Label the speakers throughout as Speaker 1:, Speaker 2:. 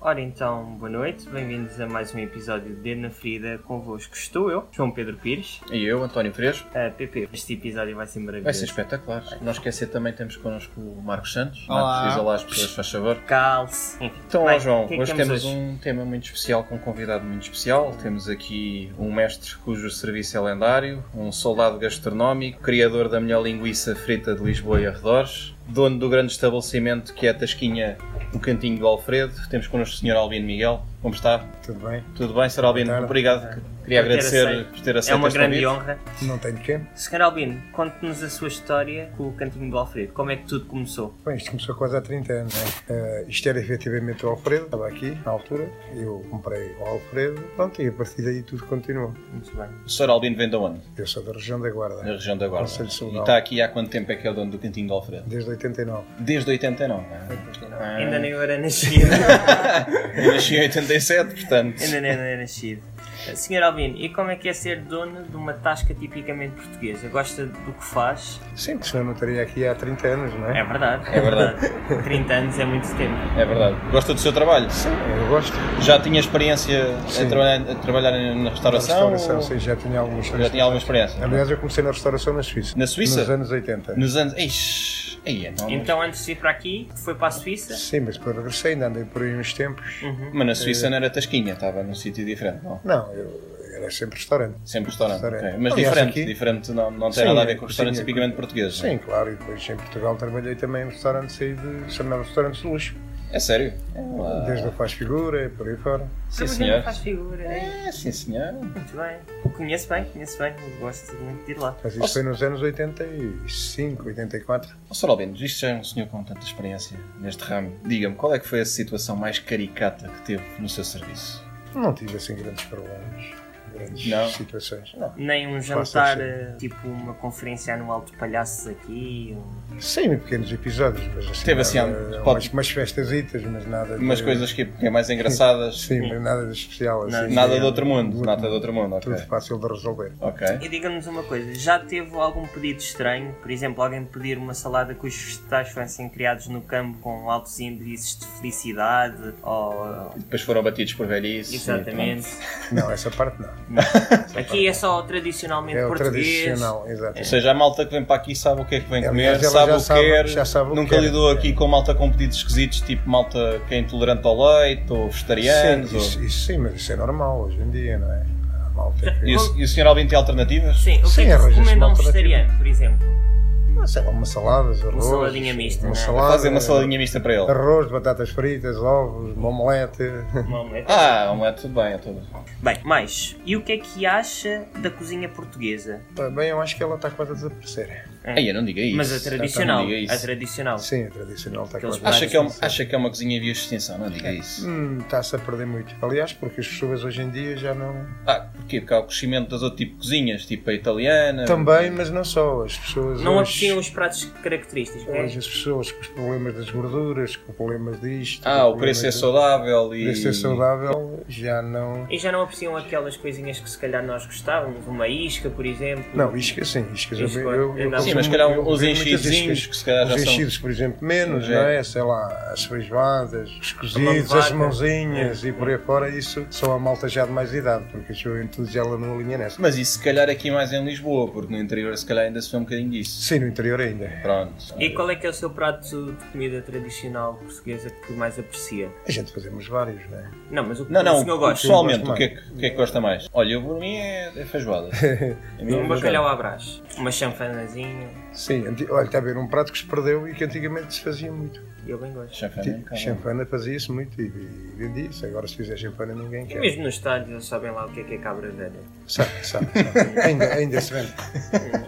Speaker 1: Ora então, boa noite, bem-vindos a mais um episódio de Dedo na Ferida. Convosco estou eu, João Pedro Pires,
Speaker 2: E eu, António Fresco.
Speaker 1: a PP. Este episódio vai ser
Speaker 2: Vai ser
Speaker 1: maravilhoso.
Speaker 2: espetacular. Não esquecer também temos connosco o Marcos Santos.
Speaker 3: Olá.
Speaker 2: Marcos, diz olá às pessoas, faz favor.
Speaker 1: Calce. Enfim,
Speaker 2: Então,
Speaker 1: bem,
Speaker 2: ó João,
Speaker 1: o que é que
Speaker 2: hoje
Speaker 1: temos
Speaker 2: temos um tema muito especial com um convidado muito especial. Temos aqui um mestre cujo serviço é lendário, um soldado gastronómico, criador da melhor linguiça frita de Lisboa e arredores, dono do grande estabelecimento que é a Tasquinha, o Cantinho do Alfredo. Temos connosco o Sr. Albino Miguel. Como está?
Speaker 3: Tudo bem?
Speaker 2: Tudo bem, Sr. Albino?
Speaker 3: tarde.
Speaker 2: Obrigado. Queria
Speaker 1: Por ter
Speaker 2: agradecer
Speaker 1: aceito.
Speaker 2: por ter aceito
Speaker 1: É uma
Speaker 2: este
Speaker 1: grande
Speaker 2: convite.
Speaker 1: honra.
Speaker 3: Não tenho tempo.
Speaker 1: Sr. Albino, conte-nos a sua história com o Cantinho do Alfredo. Como é que tudo começou?
Speaker 3: Bem, isto começou quase há 30 anos, não é? Eh, isto era efetivamente o Alfredo, estava aqui na altura. Eu comprei o Alfredo, pronto, e a partir daí tudo continuou.
Speaker 1: Muito bem.
Speaker 2: O Sr. Albino vem de onde?
Speaker 3: Eu sou da região da
Speaker 2: na
Speaker 3: Guarda,
Speaker 2: região da Guarda.
Speaker 3: Conselho Saudal.
Speaker 2: E está aqui há quanto tempo é que é o dono do Cantinho de Alfredo?
Speaker 3: desde 89.
Speaker 2: Desde 89. Ah.
Speaker 1: Ainda nem eu era nascido.
Speaker 2: Eu nasci em 87, portanto.
Speaker 1: Ainda nem eu era nascido. Sr. Albino, e como é que é ser dono de uma tasca tipicamente portuguesa? Gosta do que faz?
Speaker 3: Sim, porque senão não estaria aqui há 30 anos, não
Speaker 1: É
Speaker 3: é?
Speaker 1: verdade.
Speaker 2: É verdade.
Speaker 1: 30 anos é muito tempo.
Speaker 2: É verdade. Gosta do seu trabalho?
Speaker 3: Eu gosto
Speaker 2: Já tinha experiência a
Speaker 3: Sim.
Speaker 2: trabalhar, a trabalhar na
Speaker 3: da
Speaker 2: restauração?
Speaker 3: restauração,
Speaker 2: ou-
Speaker 3: sim, já tinha alguns
Speaker 2: Já tinha alguma experiência?
Speaker 3: Aliás, eu comecei na restauração na Suíça.
Speaker 2: Na Suíça?
Speaker 3: Nos anos 80.
Speaker 2: Nos anos. Ixi, aí é não. mas-
Speaker 1: Então, antes de ir para aqui, foi para a Suíça?
Speaker 3: Sim, mas depois regressei, ainda andei por aí uns tempos.
Speaker 2: Mas
Speaker 3: é-
Speaker 2: na Suíça não era Tasquinha, estava num sítio diferente, não?
Speaker 3: Não, eu era sempre restaurante.
Speaker 2: Sempre restaurante.
Speaker 3: Restaurante.
Speaker 2: ok. Mas
Speaker 3: Aliás,
Speaker 2: diferente,
Speaker 3: aqui-
Speaker 2: diferente, não, não tem
Speaker 3: Sim,
Speaker 2: nada a ver
Speaker 3: é
Speaker 2: com restaurantes
Speaker 3: cozinha,
Speaker 2: tipicamente portugueses. não é?
Speaker 3: Sim, claro, e depois em Portugal trabalhei também em restaurantes aí de chamar restaurantes de luxo.
Speaker 2: É sério? Ah,
Speaker 3: Desde o Faz Figura e por aí fora.
Speaker 2: Sim,
Speaker 1: Trabalhando
Speaker 2: senhor.
Speaker 1: Faz figura, é?
Speaker 2: É, sim, senhor.
Speaker 1: Muito bem. Conheço bem, conheço bem. Gosto muito de ir lá.
Speaker 3: Mas isso
Speaker 2: Nossa.
Speaker 3: foi nos anos 85, 84.
Speaker 2: Oh, Sr. Albino, isto já é um senhor com tanta experiência neste ramo. Diga-me, qual é que foi a situação mais caricata que teve no seu serviço?
Speaker 3: Não tive assim grandes problemas, grandes
Speaker 2: Não.
Speaker 3: situações.
Speaker 1: Nem um
Speaker 3: Faça
Speaker 1: jantar,
Speaker 3: assim.
Speaker 1: eh, tipo uma conferência anual de palhaços aqui. um-
Speaker 3: Sim, pequenos episódios, mas assim.
Speaker 2: Teve assim,
Speaker 3: nada-
Speaker 2: há-
Speaker 3: umas,
Speaker 2: pode-
Speaker 3: umas festasitas, mas nada. de-
Speaker 2: Umas coisas que que é mais engraçadas,
Speaker 3: Sim, mas nada de especial.
Speaker 1: Nada-
Speaker 3: Assim,
Speaker 2: nada
Speaker 3: é,
Speaker 2: de outro mundo, nada de outro mundo, ok.
Speaker 3: Tudo fácil de resolver.
Speaker 2: Ok.
Speaker 1: E diga-nos uma coisa, já teve algum pedido estranho? Por exemplo, alguém pedir uma salada cujos vegetais fossem criados no campo com altos índices de felicidade? Ou...
Speaker 2: Depois foram abatidos por velhice. e
Speaker 1: Exatamente.
Speaker 3: Não, essa parte não.
Speaker 1: Aqui é só tradicionalmente
Speaker 3: É o
Speaker 1: português.
Speaker 3: tradicional, exato.
Speaker 2: pronto. Ou seja, a malta que vem para aqui sabe o que é que vem comer,
Speaker 3: Aliás, ela
Speaker 2: sabe
Speaker 3: já
Speaker 2: o que
Speaker 3: sabe-
Speaker 2: quer.
Speaker 3: já sabe o que é.
Speaker 2: Nunca
Speaker 3: quer.
Speaker 2: lidou aqui com malta com pedidos esquisitos, tipo malta que é intolerante ao leite, ou vegetarianos.
Speaker 3: sim,
Speaker 2: é ou-
Speaker 3: isso, isso sim, mas isso é normal hoje em dia, não é? Há Malta que...
Speaker 2: E o, e o senhor Albino tem alternativas?
Speaker 1: Sim, o que
Speaker 3: Sim,
Speaker 1: é que
Speaker 3: arranja-se
Speaker 1: recomenda
Speaker 3: uma
Speaker 1: um
Speaker 3: alternativa.
Speaker 1: vegetariano, por exemplo?
Speaker 3: Ah, sei lá, uma salada, arroz.
Speaker 1: Uma saladinha mista,
Speaker 3: Uma
Speaker 1: não é?
Speaker 3: salada,
Speaker 2: Fazer uma saladinha mista para ele.
Speaker 3: Arroz, batatas fritas, ovos, uma omelete.
Speaker 1: Uma omelete.
Speaker 2: Ah, omelete, tudo bem, é tudo bem.
Speaker 1: Bem, mais. E o que é que acha da cozinha portuguesa?
Speaker 3: Bem, eu acho que ela está quase a desaparecer.
Speaker 2: Aí, eu não diga isso.
Speaker 1: É. Mas a tradicional.
Speaker 2: Não diga isso.
Speaker 1: A tradicional.
Speaker 3: Sim, a tradicional está
Speaker 1: Aqueles
Speaker 3: quase a
Speaker 2: Acha que, é uma,
Speaker 3: desaparecer.
Speaker 2: acha que é uma cozinha em vias de extinção, não
Speaker 1: É.
Speaker 2: diga isso.
Speaker 3: Hum, Está-se a perder muito. Aliás, porque as pessoas hoje em dia já não.
Speaker 2: Ah, porquê? Porque há o crescimento das outras tipo de cozinhas, tipo a italiana.
Speaker 3: Também, mas não só. As pessoas.
Speaker 1: Não
Speaker 3: hoje,
Speaker 1: apreciam os pratos característicos, não é?
Speaker 3: hoje as pessoas com os problemas das gorduras, com problemas disto.
Speaker 2: Ah,
Speaker 3: com
Speaker 2: o preço é
Speaker 3: problemas de-
Speaker 2: saudável
Speaker 3: O
Speaker 2: e.
Speaker 3: preço é saudável, já não.
Speaker 1: E já não apreciam aquelas coisinhas que se calhar nós gostávamos, uma isca, por exemplo.
Speaker 3: Não, isca sim, isca já
Speaker 1: Isca,
Speaker 3: eu, eu,
Speaker 1: ainda há-
Speaker 3: eu
Speaker 2: Sim,
Speaker 3: consumo-
Speaker 2: assim, mas se calhar
Speaker 3: eu
Speaker 2: uns
Speaker 3: vejo muitas
Speaker 2: enchidozinhos
Speaker 3: iscas.
Speaker 2: que se calhar já
Speaker 3: Os
Speaker 2: são.
Speaker 3: enchidos, por exemplo, menos,
Speaker 2: Sim.
Speaker 3: não é? Sei lá, as feijoadas, os cozidos,
Speaker 1: mão de
Speaker 3: as
Speaker 1: vaca.
Speaker 3: mãozinhas
Speaker 2: É.
Speaker 3: e por aí fora, isso só a malta já de mais idade, porque a juventude já ela não alinha nessa.
Speaker 2: Mas isso se calhar aqui mais em Lisboa, porque no interior se calhar ainda se vê um bocadinho disso.
Speaker 3: Sim, no interior ainda.
Speaker 2: Pronto.
Speaker 1: E qual é que é o seu prato de comida tradicional portuguesa que mais aprecia?
Speaker 3: A gente fazemos vários, não é?
Speaker 1: Não, mas o que
Speaker 2: Não,
Speaker 1: o
Speaker 2: não,
Speaker 1: senhor gosta?
Speaker 2: pessoalmente,
Speaker 3: Sim,
Speaker 2: o
Speaker 3: eu gosto
Speaker 2: que, é que, o que é que gosta mais? Olha, eu por mim é, é feijoada. É mesmo
Speaker 1: Um bacalhau à brás, uma chanfanazinha,
Speaker 3: Sim, anti- olha, está a ver, um prato que se perdeu e que antigamente se fazia muito.
Speaker 1: eu bem gosto.
Speaker 2: Chanfana,
Speaker 3: Ti-
Speaker 2: calma.
Speaker 3: Champana fazia-se muito e, e vendia-se. Agora, se fizer champana, ninguém
Speaker 1: E
Speaker 3: quer.
Speaker 1: mesmo nos estádios eles sabem lá o que é que é cabra velha.
Speaker 3: Sabe, sabe, sabe. ainda, ainda se vende.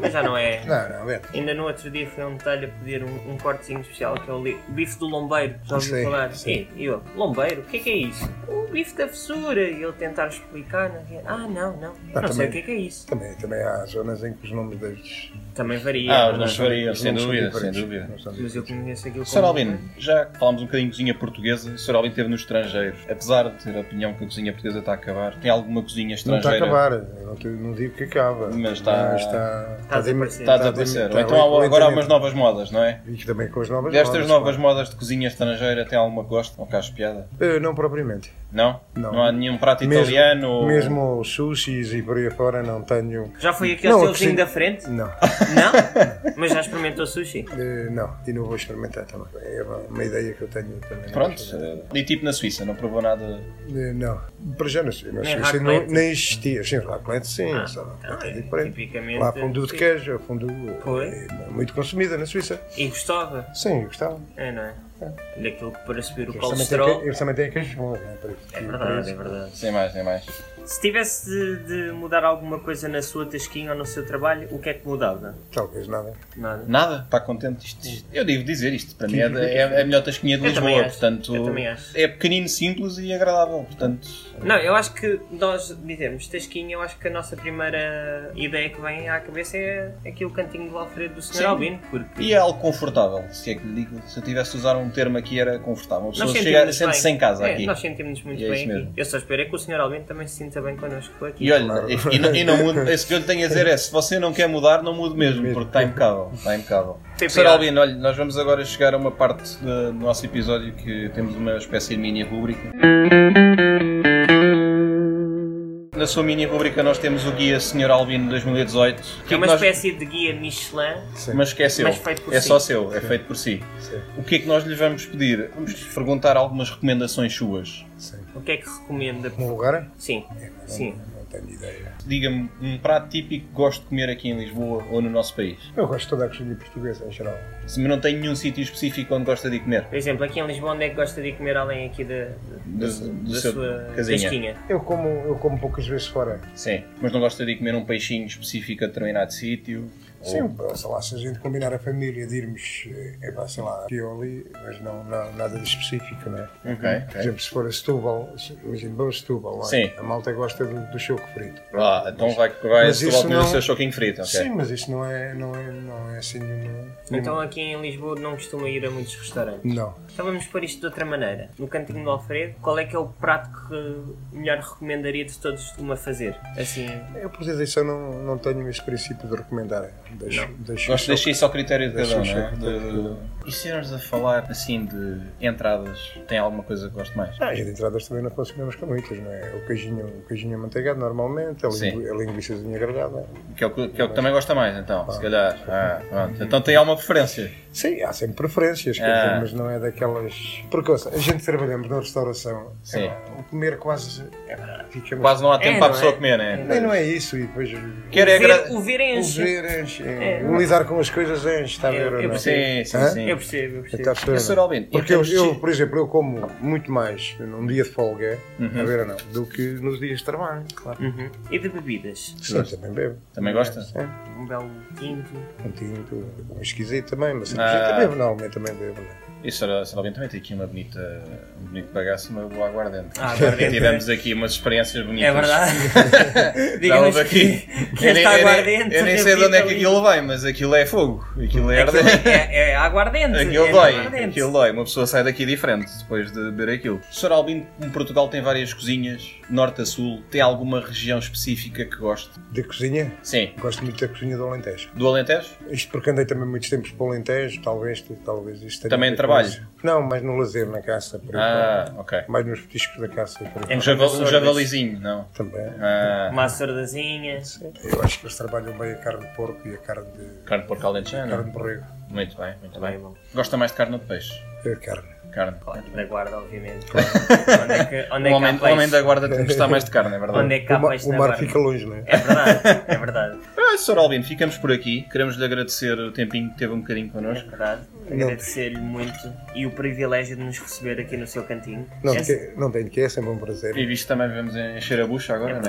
Speaker 1: Mas já não é.
Speaker 3: Não, não, vende.
Speaker 1: Ainda no outro dia fui a um detalhe a pedir um, um cortezinho especial que é o li- bife do lombeiro. Já ouviu
Speaker 3: Sim,
Speaker 1: falar?
Speaker 3: sim.
Speaker 1: E eu, lombeiro, o que é que é isso? O bife da fessura. E ele tentar explicar. Não, é? ah, não, não. Eu não sei o
Speaker 3: também. Tá.
Speaker 1: que é que é isso.
Speaker 3: Também, também há zonas em que os nomes das,
Speaker 1: Também varia.
Speaker 2: Ah,
Speaker 1: mas-
Speaker 2: os nomes variam,
Speaker 3: Os
Speaker 2: sem
Speaker 3: nomes são
Speaker 2: dúvida, sem
Speaker 3: diferentes.
Speaker 2: dúvida.
Speaker 3: Nós estamos
Speaker 1: Mas eu conheço aquilo
Speaker 2: Sr.
Speaker 1: como-
Speaker 2: Albino, já que falámos um bocadinho de cozinha portuguesa, o Sr. Albino esteve no estrangeiro. Apesar de ter a opinião que a cozinha portuguesa está a acabar, tem alguma cozinha
Speaker 3: Não está a
Speaker 2: estrangeira?
Speaker 3: acabar, eu não, te- não digo que acaba.
Speaker 2: Mas está-
Speaker 3: está,
Speaker 1: Está a desaparecer.
Speaker 2: Está a desaparecer. Ou então há- agora há umas novas modas, não é?
Speaker 3: E também com as novas
Speaker 2: Destas
Speaker 3: modas,
Speaker 2: novas
Speaker 3: claro.
Speaker 2: modas de cozinha estrangeira, tem alguma que goste? Ou que ache piada?
Speaker 3: Eh, Não propriamente.
Speaker 2: Não?
Speaker 3: Não.
Speaker 2: há nenhum prato
Speaker 3: Mesmo-
Speaker 2: italiano? ou-
Speaker 3: Mesmo os sushis e por aí afora não tenho.
Speaker 1: Já foi aquele
Speaker 3: Não,
Speaker 1: seu
Speaker 3: a
Speaker 1: vizinho
Speaker 3: cozinha-
Speaker 1: da frente?
Speaker 3: Não,
Speaker 1: Não? Mas já experimentou sushi?
Speaker 3: Eh, não, e não vou experimentar também. É uma, uma ideia que eu tenho também.
Speaker 2: Pronto. E tipo na Suíça, não provou nada.
Speaker 3: Eh, Não, para já não sei, mas
Speaker 1: Nem
Speaker 3: isso não,
Speaker 1: raclette?
Speaker 3: nem existia. Sim, raclette sim,
Speaker 1: Ah,
Speaker 3: só
Speaker 1: então
Speaker 3: raclette é
Speaker 1: é
Speaker 3: diferente.
Speaker 1: tipicamente
Speaker 3: Lá fundu de
Speaker 1: suíço.
Speaker 3: queijo, fundu eh,
Speaker 1: Foi?
Speaker 3: é muito consumida na Suíça.
Speaker 1: E gostava?
Speaker 3: Sim, eu gostava.
Speaker 1: É, não é? Daquilo que para subir o
Speaker 3: Eles também têm que-
Speaker 1: colesterol.
Speaker 3: Eles também têm queijo bom, né, para isso.
Speaker 1: É verdade, é verdade.
Speaker 2: Sem mais, sem mais.
Speaker 1: Se tivesse de, de mudar alguma coisa na sua tasquinha ou no seu trabalho, o que é que mudava?
Speaker 3: Talvez nada.
Speaker 1: Nada.
Speaker 2: Nada? Está contente? Isto- isto- eu devo dizer isto. Para mim é, é- é a melhor tasquinha de
Speaker 1: Eu
Speaker 2: Lisboa.
Speaker 1: também acho,
Speaker 2: Portanto,
Speaker 1: eu também acho.
Speaker 2: é pequenino, simples e agradável. Portanto,
Speaker 1: Não, eu acho que nós dizemos tasquinha, eu acho que a nossa primeira ideia que vem à cabeça é aquele cantinho do Alfredo do
Speaker 2: Sim.
Speaker 1: Sr. Albino, porque
Speaker 2: E é algo confortável, se é que lhe digo. Se eu tivesse de usar um termo aqui, era confortável. Uma pessoa
Speaker 1: nós
Speaker 2: chega
Speaker 1: sentimos-nos
Speaker 2: sente-se
Speaker 1: bem.
Speaker 2: em casa
Speaker 1: É,
Speaker 2: aqui.
Speaker 1: Nós sentimos-nos muito
Speaker 2: E é isso
Speaker 1: bem
Speaker 2: mesmo.
Speaker 1: aqui. Eu só espero é que o Sr. Albino também se sinta bem connosco aqui.
Speaker 2: E olha, e, e não, e não mudo, isso que eu lhe tenho a dizer é: se você não quer mudar, não mude mesmo, porque está impecável. Está impecável.
Speaker 1: Tem
Speaker 2: Sr.
Speaker 1: piada.
Speaker 2: Albino, olha, nós vamos agora chegar a uma parte do nosso episódio que temos uma espécie de mini rúbrica. Na sua mini rúbrica, nós temos o guia Sr. Albino 2018. O
Speaker 1: é uma
Speaker 2: nós-
Speaker 1: espécie de guia Michelin.
Speaker 3: Sim.
Speaker 2: Mas que é seu.
Speaker 1: Mas feito por
Speaker 2: é
Speaker 1: si.
Speaker 2: só seu, é feito por si.
Speaker 3: Sim,
Speaker 2: O que é que nós lhe vamos pedir? Vamos perguntar algumas recomendações suas.
Speaker 3: sim.
Speaker 1: O que é que recomenda?
Speaker 3: Um lugar?
Speaker 1: Sim, sim.
Speaker 3: Não tenho ideia.
Speaker 2: Diga-me um prato típico que gosto de comer aqui em Lisboa ou no nosso país.
Speaker 3: Eu gosto de toda a cozinha portuguesa em geral.
Speaker 2: Se não tem nenhum sítio específico onde gosta de comer.
Speaker 1: Por exemplo, aqui em Lisboa, onde é que gosta de comer além aqui da, da,
Speaker 2: Do- do
Speaker 1: da
Speaker 2: seu
Speaker 1: sua
Speaker 2: casinha.
Speaker 1: tasquinha?
Speaker 3: Eu como, eu como poucas vezes fora.
Speaker 2: Sim. Mas não gosta de comer um peixinho específico a determinado sítio. Ou-
Speaker 3: Sim, Uhum. sei lá, se a gente combinar a família de irmos, eh, é pá, sei lá, aqui ou ali, mas não, não- nada de específico, não é?
Speaker 2: Ok,
Speaker 3: Por
Speaker 2: ok.
Speaker 3: exemplo, se for a Setúbal, se- imagina, vamos a Setúbal, não é?
Speaker 2: Sim.
Speaker 3: a malta gosta do, do choco frito.
Speaker 2: Ah, então vai, vai
Speaker 3: Mas
Speaker 2: se
Speaker 3: isso
Speaker 2: comer o
Speaker 3: não-
Speaker 2: seu choquinho frito, ok.
Speaker 3: Sim, mas isso não é, não é, não é assim nenhuma...
Speaker 2: Hum.
Speaker 1: Então aqui em Lisboa não costuma ir a muitos restaurantes.
Speaker 3: Não.
Speaker 1: Então vamos pôr isto de outra maneira. No cantinho do Alfredo, qual é que é o prato que melhor recomendaria de todos uma fazer? Assim,
Speaker 3: Eu, por isso, eu não, não tenho esse princípio de recomendar. Deixo, deixo
Speaker 2: Gosto de
Speaker 3: o
Speaker 2: deixar
Speaker 3: choco.
Speaker 2: isso ao critério de cada um,
Speaker 3: Deixa
Speaker 2: não
Speaker 3: o
Speaker 2: é?
Speaker 3: choco
Speaker 2: De... E se estivermos a falar assim de entradas, tem alguma coisa que gosto mais?
Speaker 3: Ah, e de entradas também não funcionamos com muitas, não é? O queijinho, o queijinho amanteigado, normalmente, a,
Speaker 2: Sim.
Speaker 3: lingui, a linguiçazinha grelhada.
Speaker 2: Que é o que, que é o que também gosta mais, então, se calhar. Ah, pronto. Então tem alguma preferência.
Speaker 3: Sim, há sempre preferências, quer
Speaker 2: Ah.
Speaker 3: dizer, mas não é daquelas. Porque ouça, a gente trabalhamos na restauração,
Speaker 2: Sim.
Speaker 3: é pá, o comer quase. É, pá, fica
Speaker 2: Quase não há tempo
Speaker 1: É,
Speaker 2: para a
Speaker 1: não
Speaker 2: pessoa
Speaker 1: é?
Speaker 2: comer, né?
Speaker 3: Nem não é isso, e depois.
Speaker 2: Quer é
Speaker 1: ver-
Speaker 2: gra-
Speaker 1: o ver
Speaker 3: O
Speaker 1: enche.
Speaker 3: ver enche,
Speaker 1: É.
Speaker 3: o lidar com as coisas enche, está a
Speaker 1: Eu-
Speaker 3: ver? ou
Speaker 1: eu
Speaker 3: não?
Speaker 1: percebo.
Speaker 2: Sim, sim,
Speaker 3: Hã?
Speaker 2: sim.
Speaker 1: Eu percebo, eu percebo.
Speaker 3: Está a perceber,
Speaker 2: Mas, Sr.
Speaker 3: não? é?
Speaker 2: Albino,
Speaker 3: Porque
Speaker 2: em
Speaker 3: eu,
Speaker 2: termos de-
Speaker 3: eu, por exemplo, eu como muito mais num dia de folga,
Speaker 2: Uhum.
Speaker 3: a ver ou não, do que nos dias de trabalho, claro.
Speaker 1: Uhum. E de bebidas?
Speaker 3: Sim, também bebo. É,
Speaker 2: Também gosta?
Speaker 3: Sim.
Speaker 1: Um belo tinto.
Speaker 3: Um tinto, um esquisito também, mas
Speaker 2: Ah.
Speaker 3: ah. bebo, normalmente também bebo. não é?
Speaker 2: E Sra. Albino também tem aqui uma bonita, um bonito bagaço, uma boa aguardente.
Speaker 1: Ah, aguardente.
Speaker 2: Tivemos aqui umas experiências bonitas.
Speaker 1: É verdade. Diga-nos
Speaker 2: Estávamos aqui.
Speaker 1: que,
Speaker 2: eu, nem,
Speaker 1: está
Speaker 2: eu nem-
Speaker 1: aguardente.
Speaker 2: eu nem sei de onde é que
Speaker 1: ali.
Speaker 2: aquilo vem, mas aquilo é fogo. Aquilo é
Speaker 1: Aquilo
Speaker 2: ardente.
Speaker 1: é, é, é aguardente.
Speaker 2: Aquilo
Speaker 1: é
Speaker 2: dói,
Speaker 1: aguardente.
Speaker 2: aquilo dói. Uma pessoa sai daqui diferente depois de beber aquilo. Sr. Albino, como Portugal tem várias cozinhas, norte a sul, tem alguma região específica que goste?
Speaker 3: De cozinha,
Speaker 2: Sim.
Speaker 3: gosto muito da cozinha do Alentejo.
Speaker 2: Do Alentejo?
Speaker 3: Isto porque andei também muitos tempos para o Alentejo, talvez, talvez isto tenha
Speaker 2: Também
Speaker 3: a ver com
Speaker 2: trabalho?
Speaker 3: isso. Não, mais no lazer, na caça, por
Speaker 2: Ah, ok.
Speaker 3: exemplo. mais nos petiscos da caça. Por
Speaker 1: É
Speaker 2: Um,
Speaker 3: exemplo.
Speaker 2: javal, um
Speaker 1: Sordas.
Speaker 2: javalizinho, não?
Speaker 3: Também.
Speaker 2: Ah,
Speaker 1: Uma açordazinha.
Speaker 3: Eu acho que eles trabalham bem a carne de porco e a carne de,
Speaker 2: carne de porco
Speaker 3: carne
Speaker 2: alentejana.
Speaker 3: de borrego.
Speaker 2: Muito bem, muito
Speaker 1: Também é
Speaker 2: bem.
Speaker 1: bom.
Speaker 2: Gosta mais de carne ou de peixe?
Speaker 3: A carne.
Speaker 2: Carne.
Speaker 1: Claro, Da guarda, obviamente. onde é que, onde
Speaker 2: O
Speaker 1: é que
Speaker 2: homem,
Speaker 1: há
Speaker 2: o
Speaker 1: peixe?
Speaker 2: homem da guarda tem que gostar mais de carne, é verdade?
Speaker 1: Onde é que há
Speaker 3: O, ma-
Speaker 1: peixe
Speaker 3: o
Speaker 1: na
Speaker 3: mar
Speaker 1: guarda?
Speaker 3: fica longe, não é?
Speaker 1: É verdade, é verdade.
Speaker 2: Ah, Sr. Albino, ficamos por aqui. Queremos lhe agradecer o tempinho que teve um bocadinho
Speaker 1: É
Speaker 2: connosco.
Speaker 1: verdade. Agradecer-lhe muito e o privilégio de nos receber aqui no seu cantinho.
Speaker 3: Não,
Speaker 1: Esse-
Speaker 3: que- não tenho que, é sempre um prazer.
Speaker 2: E visto também vamos encher a bucha agora, não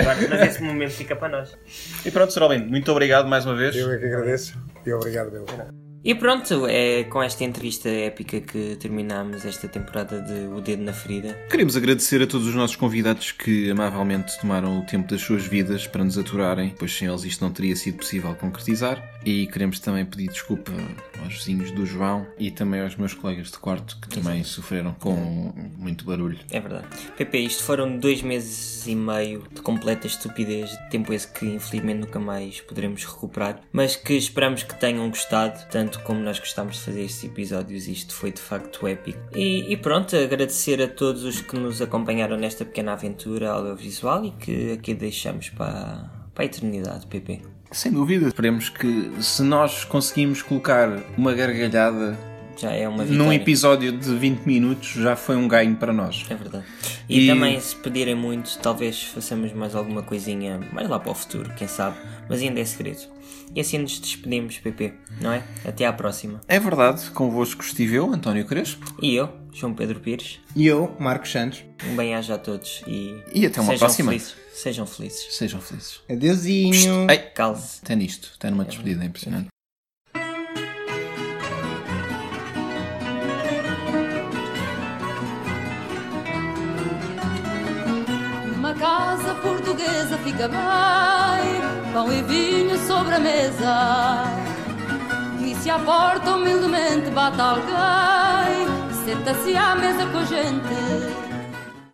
Speaker 1: Agora, mas esse momento fica para nós.
Speaker 2: E pronto, Sr. Albino, muito obrigado mais uma vez.
Speaker 3: Eu é que agradeço e obrigado pelo.
Speaker 4: E pronto, é com esta entrevista épica que terminamos esta temporada de O Dedo na Ferida.
Speaker 2: Queremos agradecer a todos os nossos convidados que amavelmente tomaram o tempo das suas vidas para nos aturarem, pois sem eles isto não teria sido possível concretizar. E queremos também pedir desculpa aos vizinhos do João e também aos meus colegas de quarto que também sofreram com muito barulho.
Speaker 4: É verdade. Pepe, isto foram dois meses e meio de completa estupidez, de tempo esse que infelizmente nunca mais poderemos recuperar, mas que esperamos que tenham gostado, tanto como nós gostámos de fazer estes episódios. Isto foi de facto épico. E, e pronto, agradecer a todos os que nos acompanharam nesta pequena aventura audiovisual e que aqui deixamos para, para a eternidade, Pepe.
Speaker 2: Sem dúvida, esperemos que se nós conseguimos colocar uma gargalhada
Speaker 4: Já é uma vitória.
Speaker 2: num episódio de 20 minutos, já foi um ganho para nós.
Speaker 4: É verdade. E,
Speaker 2: E-
Speaker 4: também, se pedirem muito, talvez façamos mais alguma coisinha mais lá para o futuro, quem sabe. Mas ainda é segredo. E assim nos despedimos, PP, não é? Até à próxima.
Speaker 2: É verdade, convosco estive eu, António Crespo.
Speaker 4: E eu, João Pedro Pires,
Speaker 5: E eu, Marcos Santos.
Speaker 4: um bem-aja a todos e.
Speaker 2: E até uma
Speaker 4: sejam
Speaker 2: próxima.
Speaker 4: Felizes, sejam felizes.
Speaker 2: Sejam felizes.
Speaker 5: Adeusinho.
Speaker 2: Ei,
Speaker 4: Calze.
Speaker 2: até nisto, está numa despedida é impressionante.
Speaker 6: Uma casa portuguesa fica bem, pão e vinho sobre a mesa. E se à porta humildemente bate alguém, senta-se à mesa com a gente.